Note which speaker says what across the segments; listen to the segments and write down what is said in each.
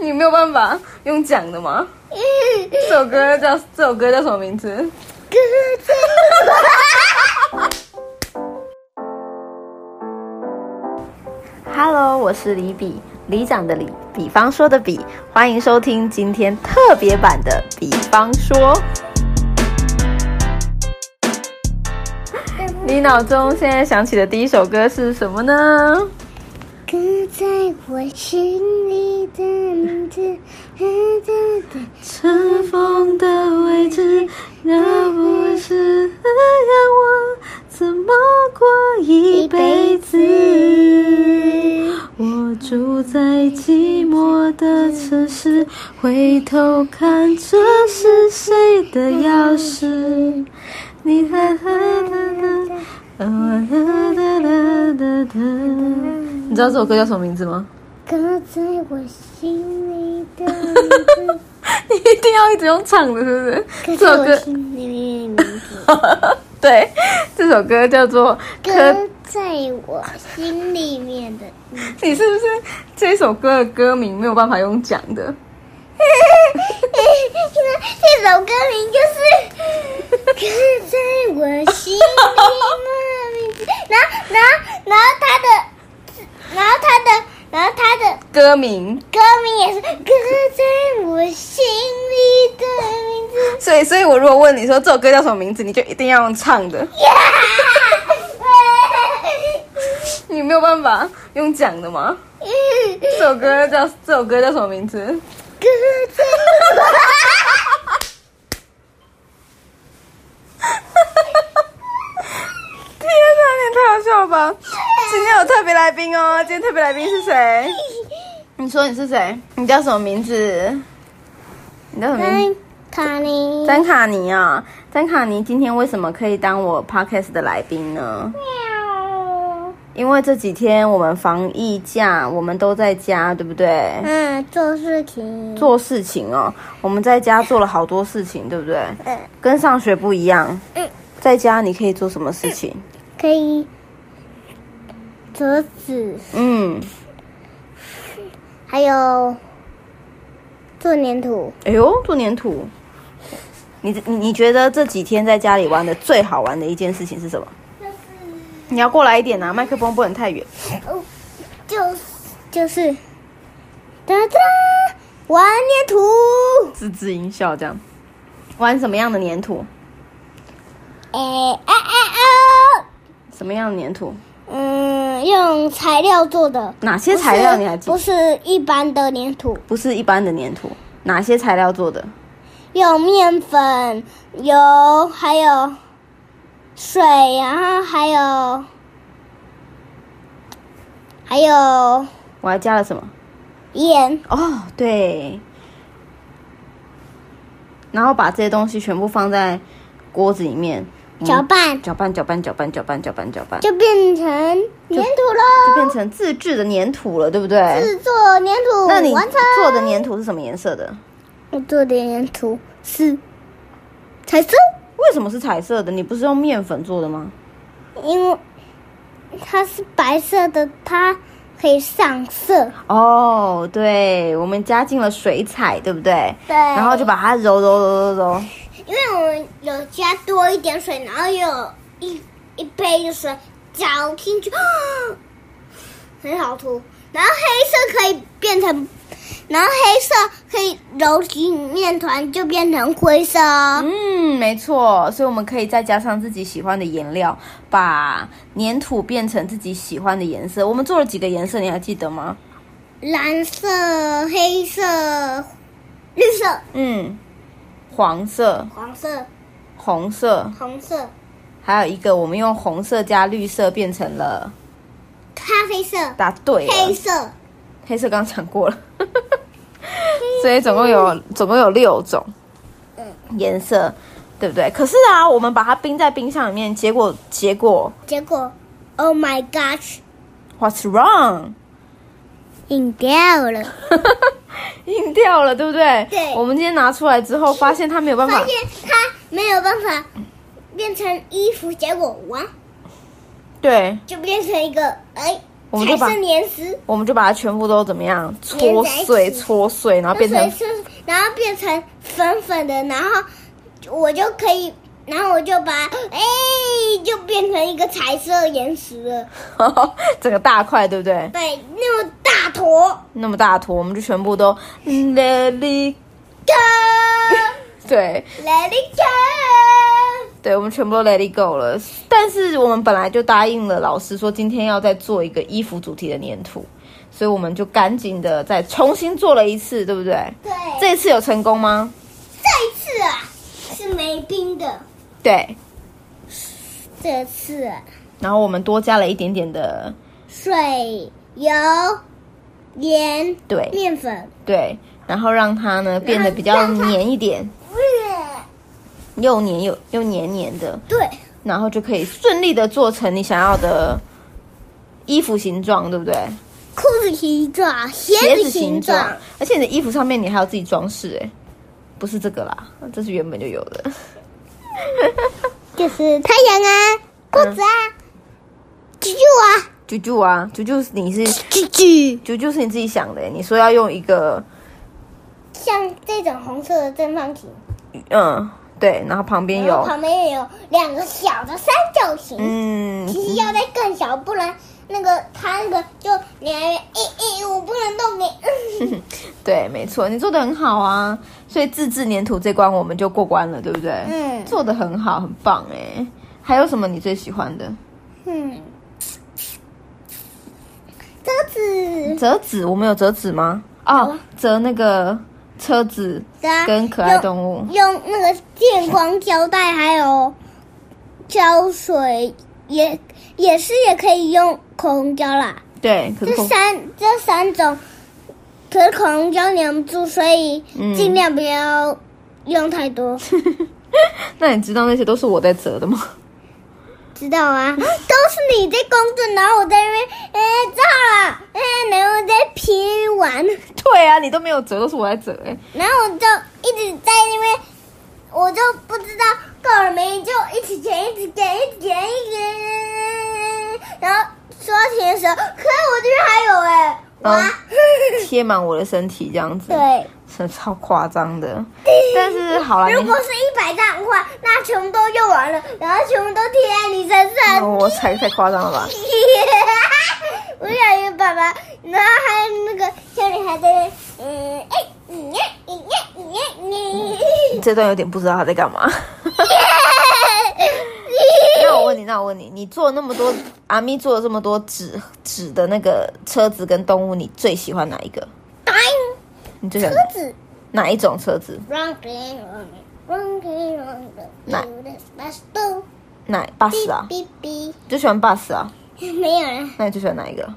Speaker 1: 你没有办法用讲的吗？这首歌叫这首歌叫什么名字？
Speaker 2: 哥哥，
Speaker 3: Hello，我是李比，里长的李，比方说的比，欢迎收听今天特别版的《比方说》。你脑中现在想起的第一首歌是什么呢？
Speaker 2: 刻在我心里的名字，呵呵呵
Speaker 3: 尘封的位置，那不是让我怎么过一辈子？我住在寂寞的城市，回头看这是谁的钥匙？你啦啦啦啦，啦啦啦啦啦。你知道这首歌叫什么名字吗？
Speaker 2: 刻在我心里的名字，
Speaker 1: 你一定要一直用唱的，是不是？这
Speaker 2: 刻在
Speaker 1: 首
Speaker 2: 我
Speaker 1: 歌
Speaker 2: 心里的名字，
Speaker 1: 对，这首歌叫做《刻
Speaker 2: 刻在我心里面的名字。
Speaker 1: 你是不是这首歌的歌名没有办法用讲的？
Speaker 2: 这首歌名就是《刻在我心里的名字》，然后，然后，然后他的，然后他的，然后他的
Speaker 1: 歌名，
Speaker 2: 歌名也是《刻在我心里的名字
Speaker 1: 所以所以我如果问你说这首歌叫什么名字，你就一定要用唱的，》你没有办法用讲的吗？这首歌叫这首歌叫什么名字？
Speaker 2: 刻在
Speaker 1: 天哪，你也太好笑了吧！今天有特别来宾哦，今天特别来宾是谁？你说你是谁？你叫什么名字？你叫什么名字？
Speaker 2: 我卡尼，
Speaker 1: 詹卡尼啊、詹卡尼今天为什么可以当我 podcast 的来宾呢？
Speaker 2: 喵，
Speaker 1: 因为这几天我们防疫假，我们都在家，对不对？
Speaker 2: 嗯，做事情，
Speaker 1: 做事情哦，我们在家做了好多事情，对不对？
Speaker 2: 嗯，
Speaker 1: 跟上学不一样
Speaker 2: 嗯，
Speaker 1: 在家你可以做什么事情？
Speaker 2: 可以折纸。
Speaker 1: 嗯，
Speaker 2: 还有做粘土，
Speaker 1: 哎呦，做粘土。你你你觉得这几天在家里玩的最好玩的一件事情是什么？你要过来一点啊，麦克风不能太远。
Speaker 2: 就是就是，哒哒，玩粘土，
Speaker 1: 吱吱音效这样。玩什么样的粘土？
Speaker 2: 哎哎哎哦，
Speaker 1: 什么样的粘土？
Speaker 2: 嗯，用材料做的，
Speaker 1: 哪些材料
Speaker 2: 不是
Speaker 1: 你还记得
Speaker 2: 不是一般的粘土，
Speaker 1: 不是一般的粘土，哪些材料做的？
Speaker 2: 用面粉、油，还有水，然后还有还有
Speaker 1: 我还加了什么？
Speaker 2: 盐，
Speaker 1: 哦，对。然后把这些东西全部放在锅子里面嗯
Speaker 2: 搅拌，
Speaker 1: 搅拌，搅拌，搅拌，搅拌，搅拌，搅拌，
Speaker 2: 就变成粘土
Speaker 1: 就
Speaker 2: 喽。
Speaker 1: 变成自制的粘土了，对不对？
Speaker 2: 制作粘土，
Speaker 1: 那你
Speaker 2: 完成
Speaker 1: 做的粘土是什么颜色的？
Speaker 2: 我做的粘土是彩色，
Speaker 1: 为什么是彩色的？你不是用面粉做的吗？
Speaker 2: 因为它是白色的，它可以上色。
Speaker 1: 哦，对，我们加进了水彩，对不对？
Speaker 2: 对，
Speaker 1: 然后就把它揉揉揉揉揉。
Speaker 2: 因为我们有加多一点水，然后又有一一杯的水搅进去， 很好涂。然后黑色可以变成，然后黑色可以揉进面团，就变成灰色哦。
Speaker 1: 嗯，没错，所以我们可以再加上自己喜欢的颜料，把粘土变成自己喜欢的颜色。我们做了几个颜色，你还记得吗？
Speaker 2: 蓝色、黑色、绿色、
Speaker 1: 嗯，黄色、
Speaker 2: 黄色、
Speaker 1: 红色，
Speaker 2: 红色、
Speaker 1: 还有一个我们用红色加绿色变成了
Speaker 2: 咖啡色、
Speaker 1: 答对了，
Speaker 2: 黑色。
Speaker 1: 黑色刚讲过了， 所以总共有总共有六种
Speaker 2: 嗯
Speaker 1: 颜色，对不对？可是啊，我们把它冰在冰箱里面，结果结果
Speaker 2: 结果，Oh my gosh，
Speaker 1: What's wrong？
Speaker 2: 饮掉了。
Speaker 1: 硬掉了，对不对？
Speaker 2: 对
Speaker 1: 我们今天拿出来之后，发现它没有办法
Speaker 2: 发，现它没有办法变成衣服，结果哇，
Speaker 1: 对，
Speaker 2: 就变成一个哎，
Speaker 1: 我们就
Speaker 2: 才
Speaker 1: 把
Speaker 2: 是黏丝，
Speaker 1: 我们就把它全部都怎么样搓
Speaker 2: 在
Speaker 1: 碎
Speaker 2: 一起
Speaker 1: 搓碎，然后变
Speaker 2: 所以
Speaker 1: 成
Speaker 2: 是然后变成粉粉的，然后我就可以，然后我就把哎、就变成一个彩色岩石了，
Speaker 1: 整个大块，对不对？
Speaker 2: 对，那么大坨。
Speaker 1: 那么大坨，我们就全部都
Speaker 2: 嗯
Speaker 1: let it
Speaker 2: Go,
Speaker 1: 对
Speaker 2: let it go。
Speaker 1: 对，我们全部都 let it go 了。但是我们本来就答应了老师说，今天要再做一个衣服主题的粘土，所以我们就赶紧的再重新做了一次，对不对？
Speaker 2: 对，这
Speaker 1: 这次有成功吗？
Speaker 2: 这一次啊是没冰的，
Speaker 1: 对，
Speaker 2: 这次啊、
Speaker 1: 然后我们多加了一点点的，
Speaker 2: 水、油、盐、
Speaker 1: 对
Speaker 2: 面粉。
Speaker 1: 对，然后让它呢变得比较黏一点，又黏又又黏黏的，
Speaker 2: 对，
Speaker 1: 然后就可以顺利的做成你想要的衣服形状，对不对？
Speaker 2: 裤子形状，鞋子形状，，
Speaker 1: 而且你的衣服上面你还有自己装饰，哎，不是这个啦，这是原本就有的。
Speaker 2: 就是太阳啊，裤子啊，啾啾啊，
Speaker 1: 啾啾啊，啾啾，你是
Speaker 2: 啾啾，
Speaker 1: 啾啾是你自己想的欸，你说要用一个
Speaker 2: 像这种红色的正方形，
Speaker 1: 嗯，对，然后旁边
Speaker 2: 然后
Speaker 1: 有
Speaker 2: 旁边也有两个小的三角形，
Speaker 1: 嗯，
Speaker 2: 其实要再更小，不然那个它那个就连哎哎，我不能动你。
Speaker 1: 对，没错，你做的很好啊，所以自制粘土这关我们就过关了，对不对？
Speaker 2: 嗯
Speaker 1: 做的很好，很棒哎。还有什么你最喜欢的？
Speaker 2: 嗯，鸽 子
Speaker 1: 折纸，我们有折啊纸吗？哦，折那个车子跟可爱动物。
Speaker 2: 用那个电光胶带，还有胶水，也也是也可以用口红胶啦。
Speaker 1: 对，可
Speaker 2: 这
Speaker 1: 是口
Speaker 2: 三这三种，可是口红胶粘不住，所以
Speaker 1: 嗯
Speaker 2: 尽量不要用太 多。
Speaker 1: 那你知道那些都是我在折的吗？
Speaker 2: 知道啊，都是你在工作，然后我在那边，哎、照了，哎、然后再拼完，
Speaker 1: 对啊，你都没有折，都是我在折哎、
Speaker 2: 然后我就一直在那边，我就不知道够了没，就一直填，一直填，一直填，一直填，然后说要填的时候，可是我这边还有哎、哇，
Speaker 1: 贴满我的身体这样子，
Speaker 2: 对。
Speaker 1: 是超夸张的。但是好了，
Speaker 2: 如
Speaker 1: 你
Speaker 2: 果是一百张的话，那全部都用完了，然后全部都贴在你身上。
Speaker 1: 哦我才太夸张了吧？
Speaker 2: 我小心爸爸，然后还有那个小女孩在那，嗯，哎，你呀，你呀，你呀，你。
Speaker 1: 这段有点不知道他在干嘛。 那我问你，那我问你，你做那么多，阿咪做了这么多纸纸的那个车子跟动物，你最喜欢哪一个？
Speaker 2: 答应
Speaker 1: 你最喜欢
Speaker 2: 鸽子。
Speaker 1: 哪一种车子？
Speaker 2: Wrong thing, wrong thing, wrong thing, wrong thing.
Speaker 1: 那
Speaker 2: Do this, must do.
Speaker 1: 哪 bus 啊？
Speaker 2: 哔哔
Speaker 1: 你最喜欢 bus 啊？
Speaker 2: 哔， 没有了。
Speaker 1: 那你最喜欢哪一个？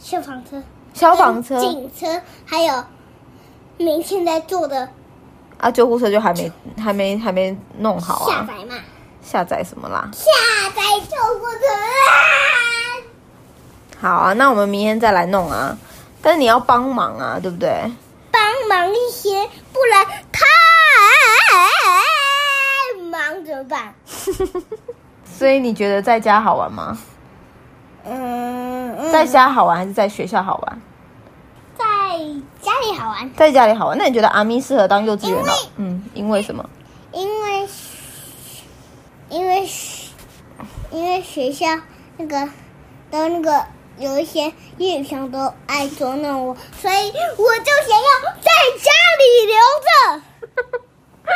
Speaker 2: 消防车、
Speaker 1: 消防车
Speaker 2: 警车，还有明天在做的
Speaker 1: 啊，救护车就还没还没还没弄好
Speaker 2: 下
Speaker 1: 啊，
Speaker 2: 载嘛，
Speaker 1: 下载什么啦？
Speaker 2: 下载救护车啊！
Speaker 1: 好啊，那我们明天再来弄啊。但是你要帮忙啊，对不对？
Speaker 2: 帮忙一些，不然太忙怎么办？
Speaker 1: 所以你觉得在家好玩吗？
Speaker 2: 嗯，
Speaker 1: 在
Speaker 2: 嗯
Speaker 1: 家好玩还是在学校好玩？
Speaker 2: 在家里好玩，
Speaker 1: 在家里好玩。那你觉得阿咪适合当幼稚园老
Speaker 2: 因为？
Speaker 1: 嗯，因为什么？
Speaker 2: 因为因为因为学校那个的那个有一些夜生都爱捉弄我，所以我就想要在家里留着。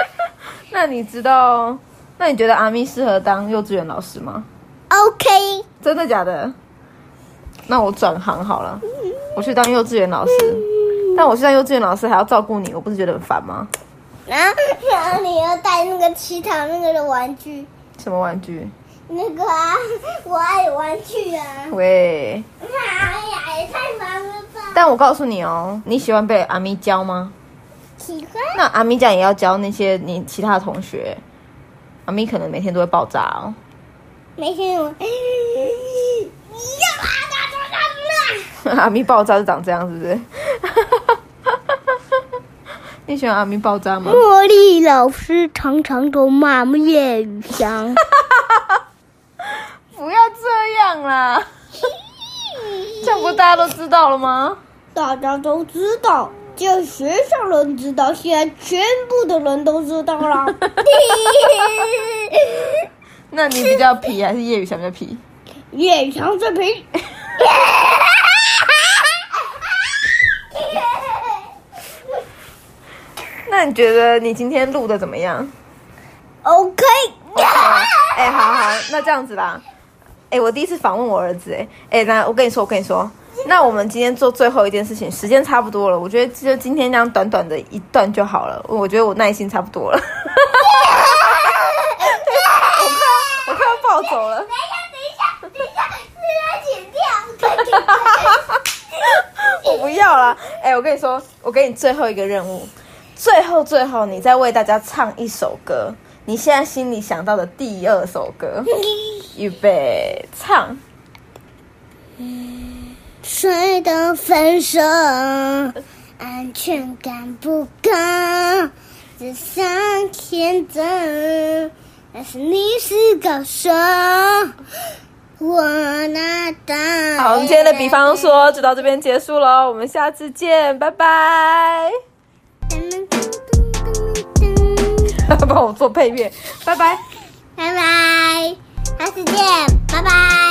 Speaker 1: 那你知道？那你觉得阿咪适合当幼稚园老师吗？
Speaker 2: OK，
Speaker 1: 真的假的？那我转行好了，我去当幼稚园老师。
Speaker 2: 嗯
Speaker 1: 但我去当幼稚园老师还要照顾你，我不是觉得很烦吗？
Speaker 2: 然后然后你要带那个乞讨那个的玩具，
Speaker 1: 什么玩具？
Speaker 2: 那个 啊，我爱玩具啊。
Speaker 1: 喂！
Speaker 2: 哎呀，也太忙了吧！
Speaker 1: 但我告诉你哦，你喜欢被阿咪教吗？
Speaker 2: 奇怪，
Speaker 1: 那阿咪酱也要教那些你其他的同学，阿咪可能每天都会爆炸哦。
Speaker 2: 没听我。你要把它拿走干嘛？
Speaker 1: 阿咪爆炸是长这样，是不 是？你喜欢阿咪爆炸吗？
Speaker 2: 茉莉老师常常都骂叶雨香，
Speaker 1: 样啦？这样不是大家都知道了吗？
Speaker 2: 大家都知道，只有学校人知道，现在全部的人都知道啦。
Speaker 1: 那你比较皮还是叶雨翔比较皮？
Speaker 2: 夜长水平，
Speaker 1: 那你觉得你今天录的怎么样？
Speaker 2: OK，
Speaker 1: 哎、好好，那这样子啦。哎、我第一次访问我儿子、哎，哎，那我跟你说，我跟你说，那我们今天做最后一件事情，时间差不多了，我觉得就今天这样短短的一段就好了，我觉得我耐心差不多了。 我快要，我快要暴走了，
Speaker 2: 等一下，等一下，这要剪掉。
Speaker 1: 我不要啦。哎、我跟你说，我给你最后一个任务，最后最后，你再为大家唱一首歌，你现在心里想到的第二首歌，预备唱。
Speaker 2: 谁的分手，安全感不够，只想天真。但是你是高手，我拿到。
Speaker 1: 好，我们今天的比方说就到这边结束喽，我们下次见，拜拜。
Speaker 2: 噔。
Speaker 1: 帮我做配乐，拜拜。
Speaker 2: 拜拜，下次见，拜拜。